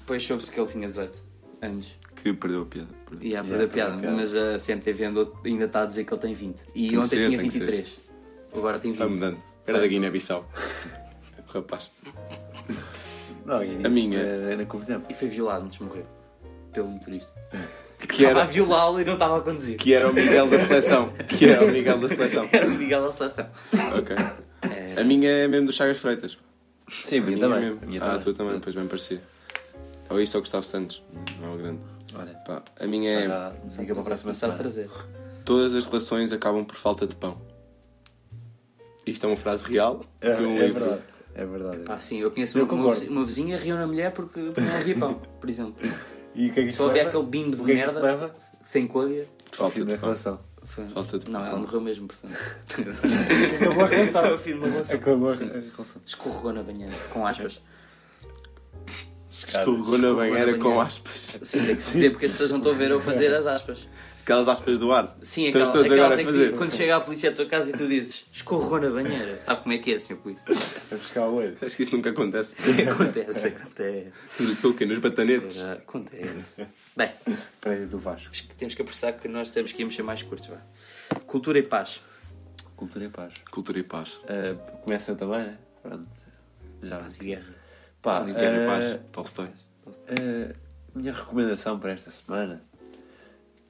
[SPEAKER 2] Depois soube-se que ele tinha 18 anos.
[SPEAKER 1] Que perdeu a piada. perdeu.
[SPEAKER 2] E há
[SPEAKER 3] Yeah,
[SPEAKER 2] perda a
[SPEAKER 3] perdeu a
[SPEAKER 2] piada,
[SPEAKER 3] piada.
[SPEAKER 2] mas a CMTV andou, ainda está a dizer que ele tem 20. E
[SPEAKER 1] Tem que
[SPEAKER 2] ontem
[SPEAKER 1] ser,
[SPEAKER 2] tinha
[SPEAKER 1] tem que ser.
[SPEAKER 2] 23. Agora tem 20.
[SPEAKER 1] Vai mudando. Era da Guiné-Bissau. Rapaz.
[SPEAKER 3] Não, e
[SPEAKER 1] A
[SPEAKER 3] isto
[SPEAKER 1] minha.
[SPEAKER 3] É, é na Covilhã.
[SPEAKER 2] E foi violado antes de morrer. Pelo motorista.
[SPEAKER 1] Que
[SPEAKER 2] Estava a
[SPEAKER 1] era,
[SPEAKER 2] violá-lo e não estava a conduzir.
[SPEAKER 1] que era o Miguel da seleção. Que era o Miguel da seleção.
[SPEAKER 2] Era o Miguel da seleção.
[SPEAKER 1] Ok.
[SPEAKER 2] É.
[SPEAKER 1] A minha é mesmo do Chagas Freitas.
[SPEAKER 3] Sim,
[SPEAKER 1] A minha é mesmo.
[SPEAKER 3] A minha
[SPEAKER 1] ah, a
[SPEAKER 3] também.
[SPEAKER 1] tua também, pois bem parecia. Ou isso ou Gustavo Santos. Não é o grande.
[SPEAKER 3] Olha,
[SPEAKER 1] Pá, a minha é.
[SPEAKER 3] já, fica para a próxima
[SPEAKER 2] Começar a
[SPEAKER 3] semana.
[SPEAKER 2] trazer.
[SPEAKER 1] Todas as relações acabam por falta de pão. Isto é uma frase real
[SPEAKER 3] É,
[SPEAKER 1] de um
[SPEAKER 3] é
[SPEAKER 1] livro.
[SPEAKER 3] verdade. É verdade.
[SPEAKER 2] Pá, sim, eu conheço
[SPEAKER 3] Eu
[SPEAKER 2] uma, uma
[SPEAKER 3] concordo.
[SPEAKER 2] vizinha- uma vizinha riu na mulher porque não havia pão, por exemplo.
[SPEAKER 3] E o que é que isto
[SPEAKER 2] Só havia
[SPEAKER 3] leva?
[SPEAKER 2] aquele bimbo de
[SPEAKER 3] O que é que isto
[SPEAKER 2] merda
[SPEAKER 3] leva?
[SPEAKER 2] sem colha.
[SPEAKER 3] Ao
[SPEAKER 1] Falta
[SPEAKER 3] fim da
[SPEAKER 1] de pão.
[SPEAKER 3] relação.
[SPEAKER 2] Foi-
[SPEAKER 1] Falta de-
[SPEAKER 2] Não, ela morreu mesmo, portanto.
[SPEAKER 3] Acabou a relação.
[SPEAKER 2] Ao fim de uma relação.
[SPEAKER 3] Acabou a
[SPEAKER 2] Sim.
[SPEAKER 3] relação.
[SPEAKER 2] Escorregou na banheira, com aspas.
[SPEAKER 3] Secadas.
[SPEAKER 1] Escorregou na
[SPEAKER 2] Escorregou na
[SPEAKER 1] banheira com
[SPEAKER 2] banheira.
[SPEAKER 1] aspas.
[SPEAKER 2] Sim, tem que se dizer porque as pessoas não estão a ver eu fazer as aspas.
[SPEAKER 1] Aquelas aspas do ar.
[SPEAKER 2] Sim,
[SPEAKER 1] Estão
[SPEAKER 2] aquelas,
[SPEAKER 1] todos Então agora
[SPEAKER 2] aquelas
[SPEAKER 1] a
[SPEAKER 2] em que tu-
[SPEAKER 1] fazer.
[SPEAKER 2] quando chega a polícia à tua casa e tu dizes escorregou na banheira. Sabe como é que é, senhor polícia?
[SPEAKER 3] A buscar o olho.
[SPEAKER 1] Acho que isso nunca acontece.
[SPEAKER 2] Acontece, acontece.
[SPEAKER 1] Pelo quê? Nos batanetes?
[SPEAKER 2] Acontece. Bem,
[SPEAKER 3] Prédio do Vasco.
[SPEAKER 2] acho que temos que apressar que nós sabemos que íamos ser mais curtos. Vá. Cultura e paz.
[SPEAKER 3] Cultura e paz.
[SPEAKER 1] Cultura e paz.
[SPEAKER 3] Ah, começa também, né? Pronto. Já.
[SPEAKER 2] Paz e guerra.
[SPEAKER 3] Pá,
[SPEAKER 1] Ninguém é
[SPEAKER 3] ah,
[SPEAKER 1] paz. Tolstói.
[SPEAKER 3] Uh, minha recomendação para esta semana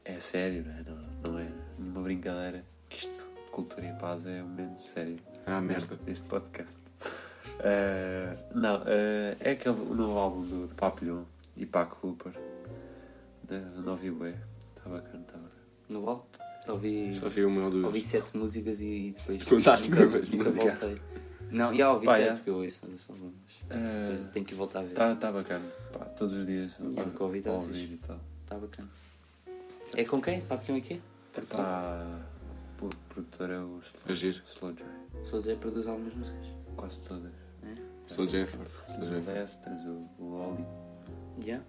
[SPEAKER 3] é sério, né? não, não é nenhuma brincadeira. Que isto, Cultura e Paz, é um momento sério.
[SPEAKER 1] Ah, merda.
[SPEAKER 3] Este podcast. Uh, não, uh, é aquele o novo álbum do, do Papillon e Paco Looper. Da Novi Bué. Está bacana, está bacana.
[SPEAKER 2] No alto, ouvi,
[SPEAKER 1] Só vi o meu dos.
[SPEAKER 2] ouvi sete músicas e depois.
[SPEAKER 1] Contaste
[SPEAKER 2] nunca-
[SPEAKER 1] mesmo as
[SPEAKER 2] nunca
[SPEAKER 1] músicas.
[SPEAKER 2] voltei. Não, já ouvi
[SPEAKER 3] Pá,
[SPEAKER 2] sete
[SPEAKER 3] é.
[SPEAKER 2] porque eu ouço, não são algumas.
[SPEAKER 1] É.
[SPEAKER 3] Uh,
[SPEAKER 2] Tenho que voltar a ver.
[SPEAKER 3] Está tá bacana. Pá, todos os dias.
[SPEAKER 2] E o Covid tá
[SPEAKER 3] ao
[SPEAKER 2] fixe.
[SPEAKER 3] ouvir e tal.
[SPEAKER 2] Está bacana. É com quem? Papilhão aqui?
[SPEAKER 3] Epá, o produtor é o Slow,
[SPEAKER 1] Agir.
[SPEAKER 3] Slow J.
[SPEAKER 2] Sou de produz algumas músicas.
[SPEAKER 3] Quase todas.
[SPEAKER 1] Sou o Jefford. Sou o
[SPEAKER 3] É? Tens o
[SPEAKER 1] Jefford.
[SPEAKER 3] Vest, tens o, o Oli.
[SPEAKER 2] Yeah.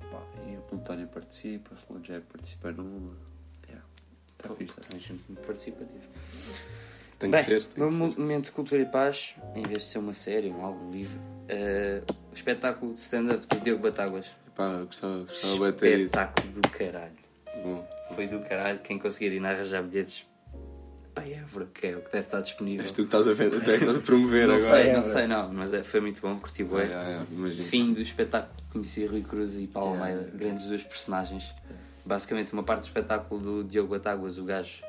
[SPEAKER 3] Pá, e o Plutónio participa, o Slow J participa numa. Yeah. Está fixe. tá?
[SPEAKER 2] Também sempre muito participativo.
[SPEAKER 1] Tem que
[SPEAKER 2] Bem,
[SPEAKER 1] ser. tem
[SPEAKER 2] meu
[SPEAKER 1] que ser.
[SPEAKER 2] momento de cultura e paz, em vez de ser uma série, um álbum livre, eh, o espetáculo de stand-up do Diogo Batáguas.
[SPEAKER 1] Pá, eu gostava, gostava bué de Ah, ter ido.
[SPEAKER 2] Espetáculo do caralho.
[SPEAKER 1] Bom,
[SPEAKER 2] Foi do caralho. Quem conseguir ir arranjar bilhetes, pá, é Évora, que é o que deve estar disponível.
[SPEAKER 1] És tu que estás a, ver, tu é que estás a promover
[SPEAKER 2] Não
[SPEAKER 1] agora.
[SPEAKER 2] sei,
[SPEAKER 3] Évora.
[SPEAKER 2] não sei, não, mas é- foi muito bom, curti bué.
[SPEAKER 1] Ah, ah, ah, imagino.
[SPEAKER 2] Fim do espetáculo, conheci Rui Cruz e Paulo
[SPEAKER 3] Yeah.
[SPEAKER 2] Almeida, grandes dois personagens. Basicamente, uma parte do espetáculo do Diogo Batáguas, o gajo,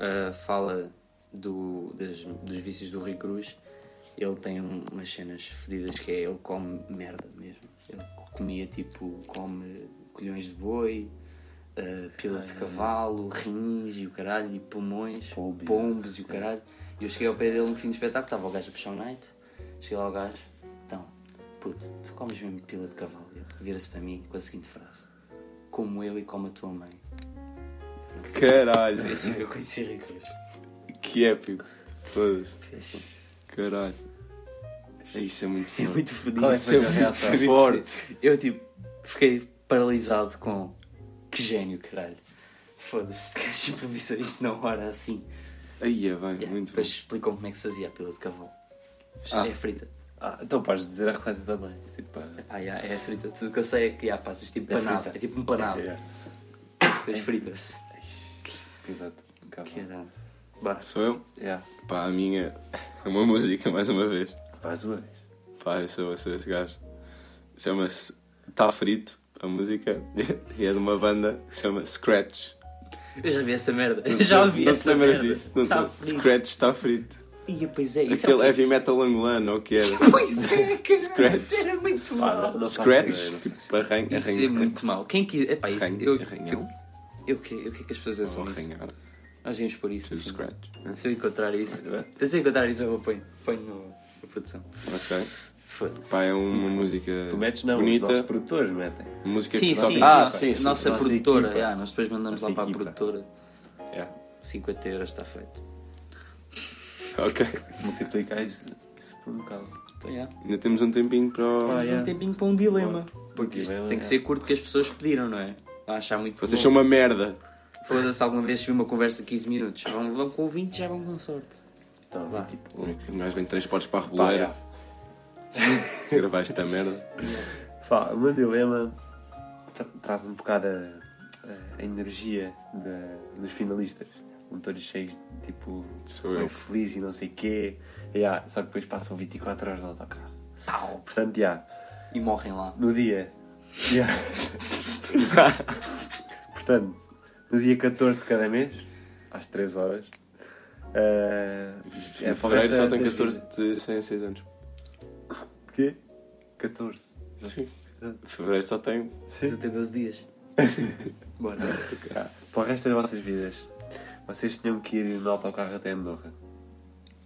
[SPEAKER 2] ah, fala do- das- dos vícios do Rui Cruz. Ele tem um- umas cenas fodidas que é ele come merda mesmo. Ele comia tipo, come colhões de boi, ah, pila de cavalo, rins e o caralho, e pulmões,
[SPEAKER 3] Pombo,
[SPEAKER 2] pombos é. e o caralho. E eu cheguei ao pé dele no fim do espetáculo, estava o gajo a puxar o night. Cheguei lá ao gajo, então, puto, tu comes mesmo pila de cavalo. Ele Vira-se para mim com a seguinte frase: Como eu e como a tua mãe.
[SPEAKER 1] Caralho.
[SPEAKER 2] Foi assim que eu conheci Rui Cruz.
[SPEAKER 1] Que épico. Foda-se.
[SPEAKER 2] Foi assim.
[SPEAKER 1] Caralho. É Isso é muito
[SPEAKER 2] É
[SPEAKER 1] foda.
[SPEAKER 2] muito fodido.
[SPEAKER 3] Qual é que
[SPEAKER 1] Isso é
[SPEAKER 3] foi a reação?
[SPEAKER 1] muito forte.
[SPEAKER 2] Eu tipo, fiquei paralisado com que gênio, caralho. Foda-se, queres improvisar isto na hora assim.
[SPEAKER 1] Aí é bem,
[SPEAKER 2] Yeah,
[SPEAKER 1] muito
[SPEAKER 2] Depois
[SPEAKER 1] bom.
[SPEAKER 2] explicam como é que se fazia a pila de cavalo.
[SPEAKER 1] Ah.
[SPEAKER 2] É frita.
[SPEAKER 3] Ah, então podes dizer a receita também. Tipo, ah,
[SPEAKER 2] Ah, yeah, é frita. Tudo que eu sei é que yeah, passas tipo
[SPEAKER 3] É
[SPEAKER 2] panada.
[SPEAKER 3] frita.
[SPEAKER 2] É tipo um panado.
[SPEAKER 3] yeah.
[SPEAKER 1] É.
[SPEAKER 2] Depois frita-se.
[SPEAKER 3] Exato. Acaba.
[SPEAKER 2] Caralho. Bora.
[SPEAKER 1] Sou eu?
[SPEAKER 3] Yeah.
[SPEAKER 1] Pá, a minha. É uma música, mais uma vez.
[SPEAKER 3] Mais uma vez.
[SPEAKER 1] Pá, eu sou, eu sou esse gajo. Chama-se. Tá Frito, a música. E é de uma banda que se chama Scratch.
[SPEAKER 2] Eu já vi essa merda.
[SPEAKER 1] Não
[SPEAKER 2] Eu
[SPEAKER 1] sei-
[SPEAKER 2] já ouvi
[SPEAKER 1] não
[SPEAKER 2] essa
[SPEAKER 1] te lembras
[SPEAKER 2] merda.
[SPEAKER 1] disso? Não
[SPEAKER 2] tá
[SPEAKER 1] te-
[SPEAKER 2] frito.
[SPEAKER 1] Scratch está frito.
[SPEAKER 2] Ia, pois é. Isso
[SPEAKER 1] Aquele
[SPEAKER 2] é o que
[SPEAKER 1] heavy
[SPEAKER 2] eu disse.
[SPEAKER 1] metal angolano, ou o que era?
[SPEAKER 2] Pois é, caralho.
[SPEAKER 1] Scratch.
[SPEAKER 2] Isso era muito
[SPEAKER 3] Pá,
[SPEAKER 2] mal.
[SPEAKER 3] não- não faço ideia,
[SPEAKER 1] Scratch,
[SPEAKER 3] não.
[SPEAKER 1] tipo, arranha.
[SPEAKER 2] Isso
[SPEAKER 1] arranha- tipo,
[SPEAKER 2] é muito mau. Quem quiser. Epá, isso.
[SPEAKER 1] Arranha-
[SPEAKER 2] eu,
[SPEAKER 1] arranhar.
[SPEAKER 2] eu, eu, que- eu que é que as pessoas
[SPEAKER 1] Ou
[SPEAKER 2] assumem isso?
[SPEAKER 1] arranhar.
[SPEAKER 2] Nós vimos por isso. assim.
[SPEAKER 1] Ser Oh, Scratch. né?
[SPEAKER 2] Se eu encontrar isso. Se eu encontrar isso, eu vou ponho, ponho no, na produção.
[SPEAKER 1] Ok.
[SPEAKER 2] Foda-se.
[SPEAKER 1] Pá, é uma música
[SPEAKER 3] Tu metes não, os nossos
[SPEAKER 1] Eh, bonita.
[SPEAKER 3] produtores metem.
[SPEAKER 1] Música
[SPEAKER 2] Sim,
[SPEAKER 1] que toca-
[SPEAKER 2] sim.
[SPEAKER 1] Ah,
[SPEAKER 2] nossa,
[SPEAKER 1] sim, sim.
[SPEAKER 2] Nossa
[SPEAKER 3] Nossa
[SPEAKER 2] produtora.
[SPEAKER 3] equipa.
[SPEAKER 2] ah, nós depois mandamos
[SPEAKER 3] Nossa
[SPEAKER 2] lá para
[SPEAKER 3] equipa.
[SPEAKER 2] a produtora.
[SPEAKER 1] Yeah.
[SPEAKER 2] 50 euros está feito.
[SPEAKER 1] Ok.
[SPEAKER 3] Multiplicar isso, isso por um bocado.
[SPEAKER 2] Então, yeah.
[SPEAKER 1] Ainda temos um tempinho para. o-
[SPEAKER 3] Ah,
[SPEAKER 2] Temos
[SPEAKER 3] yeah.
[SPEAKER 2] um tempinho para um dilema.
[SPEAKER 3] Bora.
[SPEAKER 2] Porque isto
[SPEAKER 3] Dilema,
[SPEAKER 2] tem que ser
[SPEAKER 3] yeah.
[SPEAKER 2] curto que as pessoas pediram, não é? Vão achar muito
[SPEAKER 1] Vocês são
[SPEAKER 2] bom.
[SPEAKER 1] uma merda.
[SPEAKER 2] Foda-se, alguma vez tive uma conversa de 15 minutos. Vão, vão com 20 já vão com sorte.
[SPEAKER 3] Então,
[SPEAKER 2] Vá.
[SPEAKER 3] tipo,
[SPEAKER 1] Um gajo vem de transportes para a
[SPEAKER 3] pá,
[SPEAKER 1] reboleira.
[SPEAKER 3] yeah.
[SPEAKER 1] Gravar esta merda.
[SPEAKER 3] Pá, o meu dilema tra- traz um bocado a, a- a energia da- dos finalistas. Um todos cheios de tipo,
[SPEAKER 1] Sou eu.
[SPEAKER 3] bem feliz e não sei o quê. Yeah, só que depois passam 24 horas no autocarro.
[SPEAKER 2] Pau.
[SPEAKER 3] Portanto, já,
[SPEAKER 2] E morrem lá.
[SPEAKER 3] no dia. já. Portanto, no dia 14 de cada mês, às 3 horas. eh,
[SPEAKER 1] É,
[SPEAKER 3] para o
[SPEAKER 1] Fevereiro
[SPEAKER 3] resto
[SPEAKER 1] só tem
[SPEAKER 3] das
[SPEAKER 1] 14
[SPEAKER 3] vidas.
[SPEAKER 1] de 100 a 6 anos.
[SPEAKER 3] Quê? 14.
[SPEAKER 1] Sim. Fevereiro só tem.
[SPEAKER 3] Sim.
[SPEAKER 2] Precisa ter 12 dias. Bora.
[SPEAKER 3] Ah, Para o resto das vossas vidas, vocês tinham que ir no autocarro até Andorra.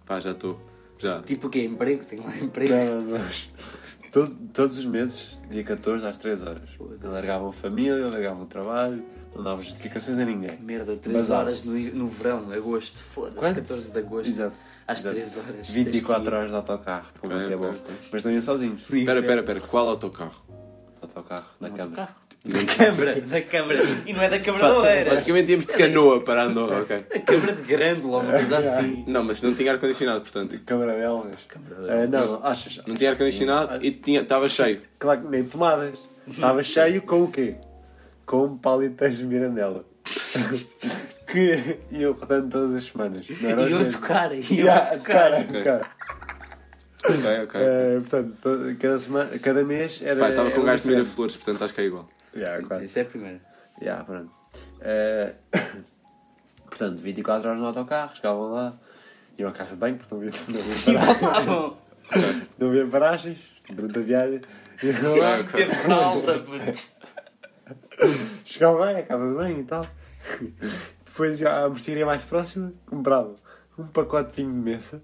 [SPEAKER 1] Pá, já estou. Já.
[SPEAKER 2] Tipo o quê? Emprego? Tenho lá emprego.
[SPEAKER 3] Não, não, não. Todo- todos os meses, dia 14 às 3 horas.
[SPEAKER 2] Foda-se.
[SPEAKER 3] Não largavam a família, não largavam o trabalho, não davam justificações a ninguém.
[SPEAKER 2] Merda, 3
[SPEAKER 3] Mas há.
[SPEAKER 2] horas no, no verão, agosto, foda-se,
[SPEAKER 3] Quantos?
[SPEAKER 2] 14 de agosto,
[SPEAKER 3] Exato.
[SPEAKER 2] às
[SPEAKER 3] exato.
[SPEAKER 2] 3 horas.
[SPEAKER 3] 24 horas de autocarro, como
[SPEAKER 1] Ok,
[SPEAKER 3] é bom.
[SPEAKER 1] ok, ok.
[SPEAKER 3] Mas não iam sozinhos.
[SPEAKER 1] Espera, espera, espera. Qual autocarro?
[SPEAKER 3] Autocarro, na câmara.
[SPEAKER 2] Da câmara, da câmara. E não é da câmara da Oeira.
[SPEAKER 1] Basicamente íamos de canoa para Andorra, ok?
[SPEAKER 2] Da câmara de Grândola, uma coisa assim.
[SPEAKER 1] Não, mas não tinha ar-condicionado, portanto.
[SPEAKER 3] Câmara belgas.
[SPEAKER 2] Câmara belgas.
[SPEAKER 3] Ah, não, não, achas?
[SPEAKER 1] Não tinha ar-condicionado e tinha- estava cheio.
[SPEAKER 3] Claro que nem tomadas. Estava cheio com o quê? Com um palitas de Mirandela. que iam rodando todas as semanas. Não era
[SPEAKER 2] E
[SPEAKER 3] os
[SPEAKER 2] eu a
[SPEAKER 3] mesmos.
[SPEAKER 2] tocar, e eu
[SPEAKER 3] Yeah,
[SPEAKER 2] a tocar.
[SPEAKER 3] cara, cara.
[SPEAKER 1] Ok, ok.
[SPEAKER 3] Eh, portanto, to- cada, semana, cada mês era.
[SPEAKER 1] Pai, estava
[SPEAKER 3] era
[SPEAKER 1] com o
[SPEAKER 3] um
[SPEAKER 1] gajo de
[SPEAKER 3] diferente.
[SPEAKER 1] Miraflores, portanto acho que é igual.
[SPEAKER 3] Yeah, claro.
[SPEAKER 2] Isso é a primeira.
[SPEAKER 3] Yeah, pronto. Eh, portanto, 24 horas no autocarro, chegavam lá, iam à casa de banho, porque não havia, não havia,
[SPEAKER 2] E
[SPEAKER 3] para-
[SPEAKER 2] voltavam.
[SPEAKER 3] não havia paragens durante a viagem. Iam
[SPEAKER 1] Ah,
[SPEAKER 3] lá,
[SPEAKER 2] Teve fralda, puto.
[SPEAKER 3] Chegava bem à casa de banho e tal. Depois já a mercearia mais próxima comprava um pacote de vinho de mesa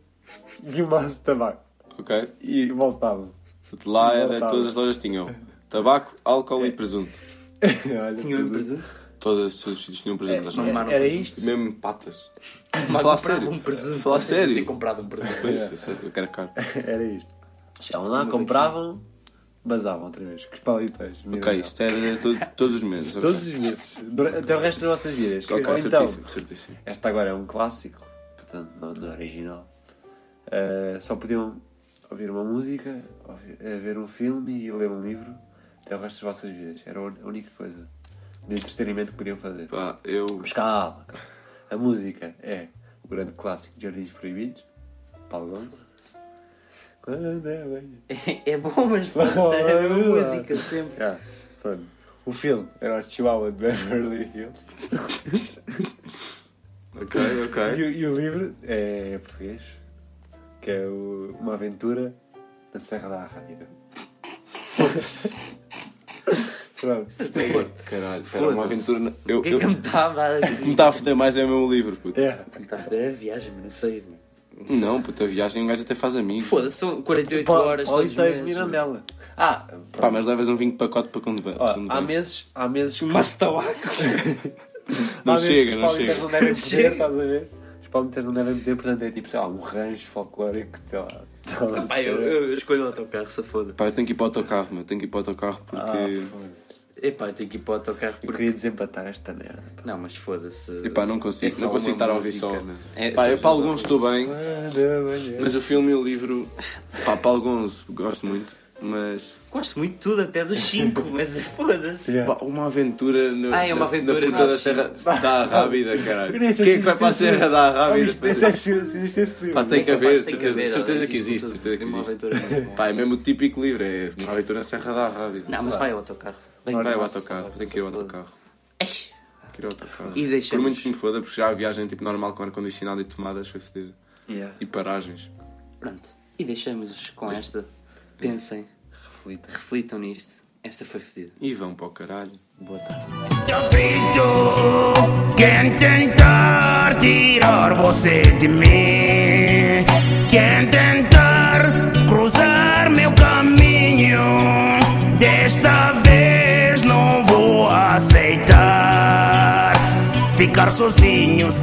[SPEAKER 3] e um maço de tabaco.
[SPEAKER 1] Ok?
[SPEAKER 3] E voltava.
[SPEAKER 1] Portanto, lá
[SPEAKER 3] Não
[SPEAKER 1] era,
[SPEAKER 3] estava.
[SPEAKER 1] todas as lojas tinham tabaco, álcool e presunto.
[SPEAKER 3] Olha,
[SPEAKER 2] Tinha um
[SPEAKER 3] pois é.
[SPEAKER 2] presente?
[SPEAKER 1] Todas os seus filhos tinham um presunto. elas não
[SPEAKER 2] É,
[SPEAKER 1] eram.
[SPEAKER 2] Tomaram
[SPEAKER 3] Era
[SPEAKER 2] presunto.
[SPEAKER 3] isto?
[SPEAKER 1] Mesmo em patas.
[SPEAKER 2] Mas
[SPEAKER 1] Falar
[SPEAKER 2] comprava
[SPEAKER 1] sério.
[SPEAKER 2] um presente.
[SPEAKER 1] Falar
[SPEAKER 2] Vocês devem ter
[SPEAKER 1] sério.
[SPEAKER 2] comprado um presente.
[SPEAKER 1] Pois, eu sei, eu quero caro.
[SPEAKER 2] É,
[SPEAKER 3] Era isto. Chegavam
[SPEAKER 2] Sim,
[SPEAKER 3] lá,
[SPEAKER 2] mas
[SPEAKER 3] compravam, basavam outra vez. Que palitas.
[SPEAKER 2] é
[SPEAKER 3] Mira,
[SPEAKER 1] Ok,
[SPEAKER 3] não.
[SPEAKER 1] isto era to- todos os meses. ok.
[SPEAKER 3] Todos os meses. Dura- Até o resto das vossas vidas.
[SPEAKER 1] Ok,
[SPEAKER 3] Ou então,
[SPEAKER 1] certíssimo, certíssimo.
[SPEAKER 3] esta agora é um clássico, portanto, não, não é original. Eh, só podiam ouvir uma música, ouvir- eh, ver um filme e ler um livro até o resto das vossas vidas. Era a un- a única coisa de entretenimento que podiam fazer.
[SPEAKER 1] Pá, eu.
[SPEAKER 3] Mas calma, calma. A música é o grande clássico de Jardins Proibidos, Paulo Gonçalves. Quando é bem.
[SPEAKER 2] É bom, mas pode ser a mesma música sempre.
[SPEAKER 3] Ah, pronto. O filme era o Chihuahua de Beverly Hills.
[SPEAKER 1] Ok,
[SPEAKER 3] E,
[SPEAKER 1] ok.
[SPEAKER 3] o- e o livro é português, que é o- Uma Aventura na Serra da Arraida. Pronto.
[SPEAKER 1] Foda- Caralho, era uma
[SPEAKER 2] Foda-se.
[SPEAKER 1] aventura. na- Eu,
[SPEAKER 2] O que é que
[SPEAKER 1] eu,
[SPEAKER 2] eu me estava a dar
[SPEAKER 1] o que
[SPEAKER 2] aqui?
[SPEAKER 1] me está a foder mais é o meu livro, puto.
[SPEAKER 3] É.
[SPEAKER 2] Me está a foder a viagem, mas não sei. meu.
[SPEAKER 1] Não, puta, a viagem um gajo até faz amigos.
[SPEAKER 2] Foda-se, são 48 horas
[SPEAKER 3] Paulo
[SPEAKER 2] todos
[SPEAKER 3] e
[SPEAKER 2] os
[SPEAKER 3] Tejo
[SPEAKER 2] meses. é? meu.
[SPEAKER 3] Mirandela. Ah,
[SPEAKER 1] Pá,
[SPEAKER 3] pronto.
[SPEAKER 1] mas levas um vinho de pacote para quando vem.
[SPEAKER 3] Ó, há meses, há meses que
[SPEAKER 2] Mas Ah, tabaco.
[SPEAKER 1] Não
[SPEAKER 3] Há vezes
[SPEAKER 1] chega,
[SPEAKER 3] que os
[SPEAKER 1] não
[SPEAKER 3] paulitas
[SPEAKER 1] chega.
[SPEAKER 3] não devem
[SPEAKER 2] Chega.
[SPEAKER 3] poder, estás a ver? Os paulitas não devem poder, portanto é tipo, sei lá, um rancho folclórico, sei lá.
[SPEAKER 1] Ah,
[SPEAKER 2] Pá, eu, eu escolho o autocarro, se foda.
[SPEAKER 1] Pá, eu tenho que ir para o autocarro, meu. Tenho que ir para o autocarro porque.
[SPEAKER 3] Ah, foda-se.
[SPEAKER 2] Epá, eu tenho que ir para o autocarro
[SPEAKER 3] Eu
[SPEAKER 2] porque.
[SPEAKER 3] queria desempatar esta merda. pá.
[SPEAKER 2] Não, mas foda-se.
[SPEAKER 1] Epá, não
[SPEAKER 2] É
[SPEAKER 1] consigo,
[SPEAKER 2] só
[SPEAKER 1] não consigo
[SPEAKER 2] uma
[SPEAKER 1] estar a ouvir
[SPEAKER 2] música.
[SPEAKER 1] só.
[SPEAKER 2] É,
[SPEAKER 1] pá,
[SPEAKER 2] só
[SPEAKER 1] eu para
[SPEAKER 2] os meus
[SPEAKER 1] alguns
[SPEAKER 2] autocarros.
[SPEAKER 1] estou bem,
[SPEAKER 3] Mas
[SPEAKER 1] mas o filme e o livro, pá, para alguns gosto muito, mas
[SPEAKER 2] Gosto muito de tudo, até dos 5, mas foda-se.
[SPEAKER 3] Yeah.
[SPEAKER 1] pá, uma aventura no,
[SPEAKER 2] Ah, é uma
[SPEAKER 1] na-
[SPEAKER 2] aventura,
[SPEAKER 1] na puta
[SPEAKER 2] não.
[SPEAKER 1] da Serra da Rábida, caralho.
[SPEAKER 3] Eu nem sei
[SPEAKER 1] Quem é
[SPEAKER 3] se
[SPEAKER 1] que vai para a
[SPEAKER 3] existe esse
[SPEAKER 1] Serra da Rábida?
[SPEAKER 3] Isto- esse é- se existe esse livro.
[SPEAKER 1] Pá, tem que
[SPEAKER 2] É capaz,
[SPEAKER 1] haver,
[SPEAKER 2] tem que haver,
[SPEAKER 1] certeza, certeza que existe,
[SPEAKER 2] tudo.
[SPEAKER 1] certeza que
[SPEAKER 2] É uma
[SPEAKER 1] existe.
[SPEAKER 2] aventura muito boa.
[SPEAKER 1] Pá, é mesmo o típico livro, é uma aventura na Serra da Rábida.
[SPEAKER 2] Não, mas vai ao autocarro. Vem
[SPEAKER 1] Vai ao
[SPEAKER 2] com
[SPEAKER 1] autocarro,
[SPEAKER 2] isso,
[SPEAKER 1] tem que ir ao
[SPEAKER 2] foda-se.
[SPEAKER 1] autocarro.
[SPEAKER 2] Eish.
[SPEAKER 1] Tem que ir ao autocarro.
[SPEAKER 2] E deixamos-
[SPEAKER 1] Por muito que me foda, porque já a viagem tipo normal com ar-condicionado e tomadas foi fedida. E paragens.
[SPEAKER 2] Pronto. E deixamos com esta. Pensem,
[SPEAKER 3] Reflita.
[SPEAKER 2] reflitam nisto. Esta foi fedida.
[SPEAKER 1] E vão para o caralho.
[SPEAKER 2] Boa tarde.
[SPEAKER 4] Feito quem tentar tirar você de mim, quem tentar cruzar meu caminho, desta vez não vou aceitar ficar sozinho.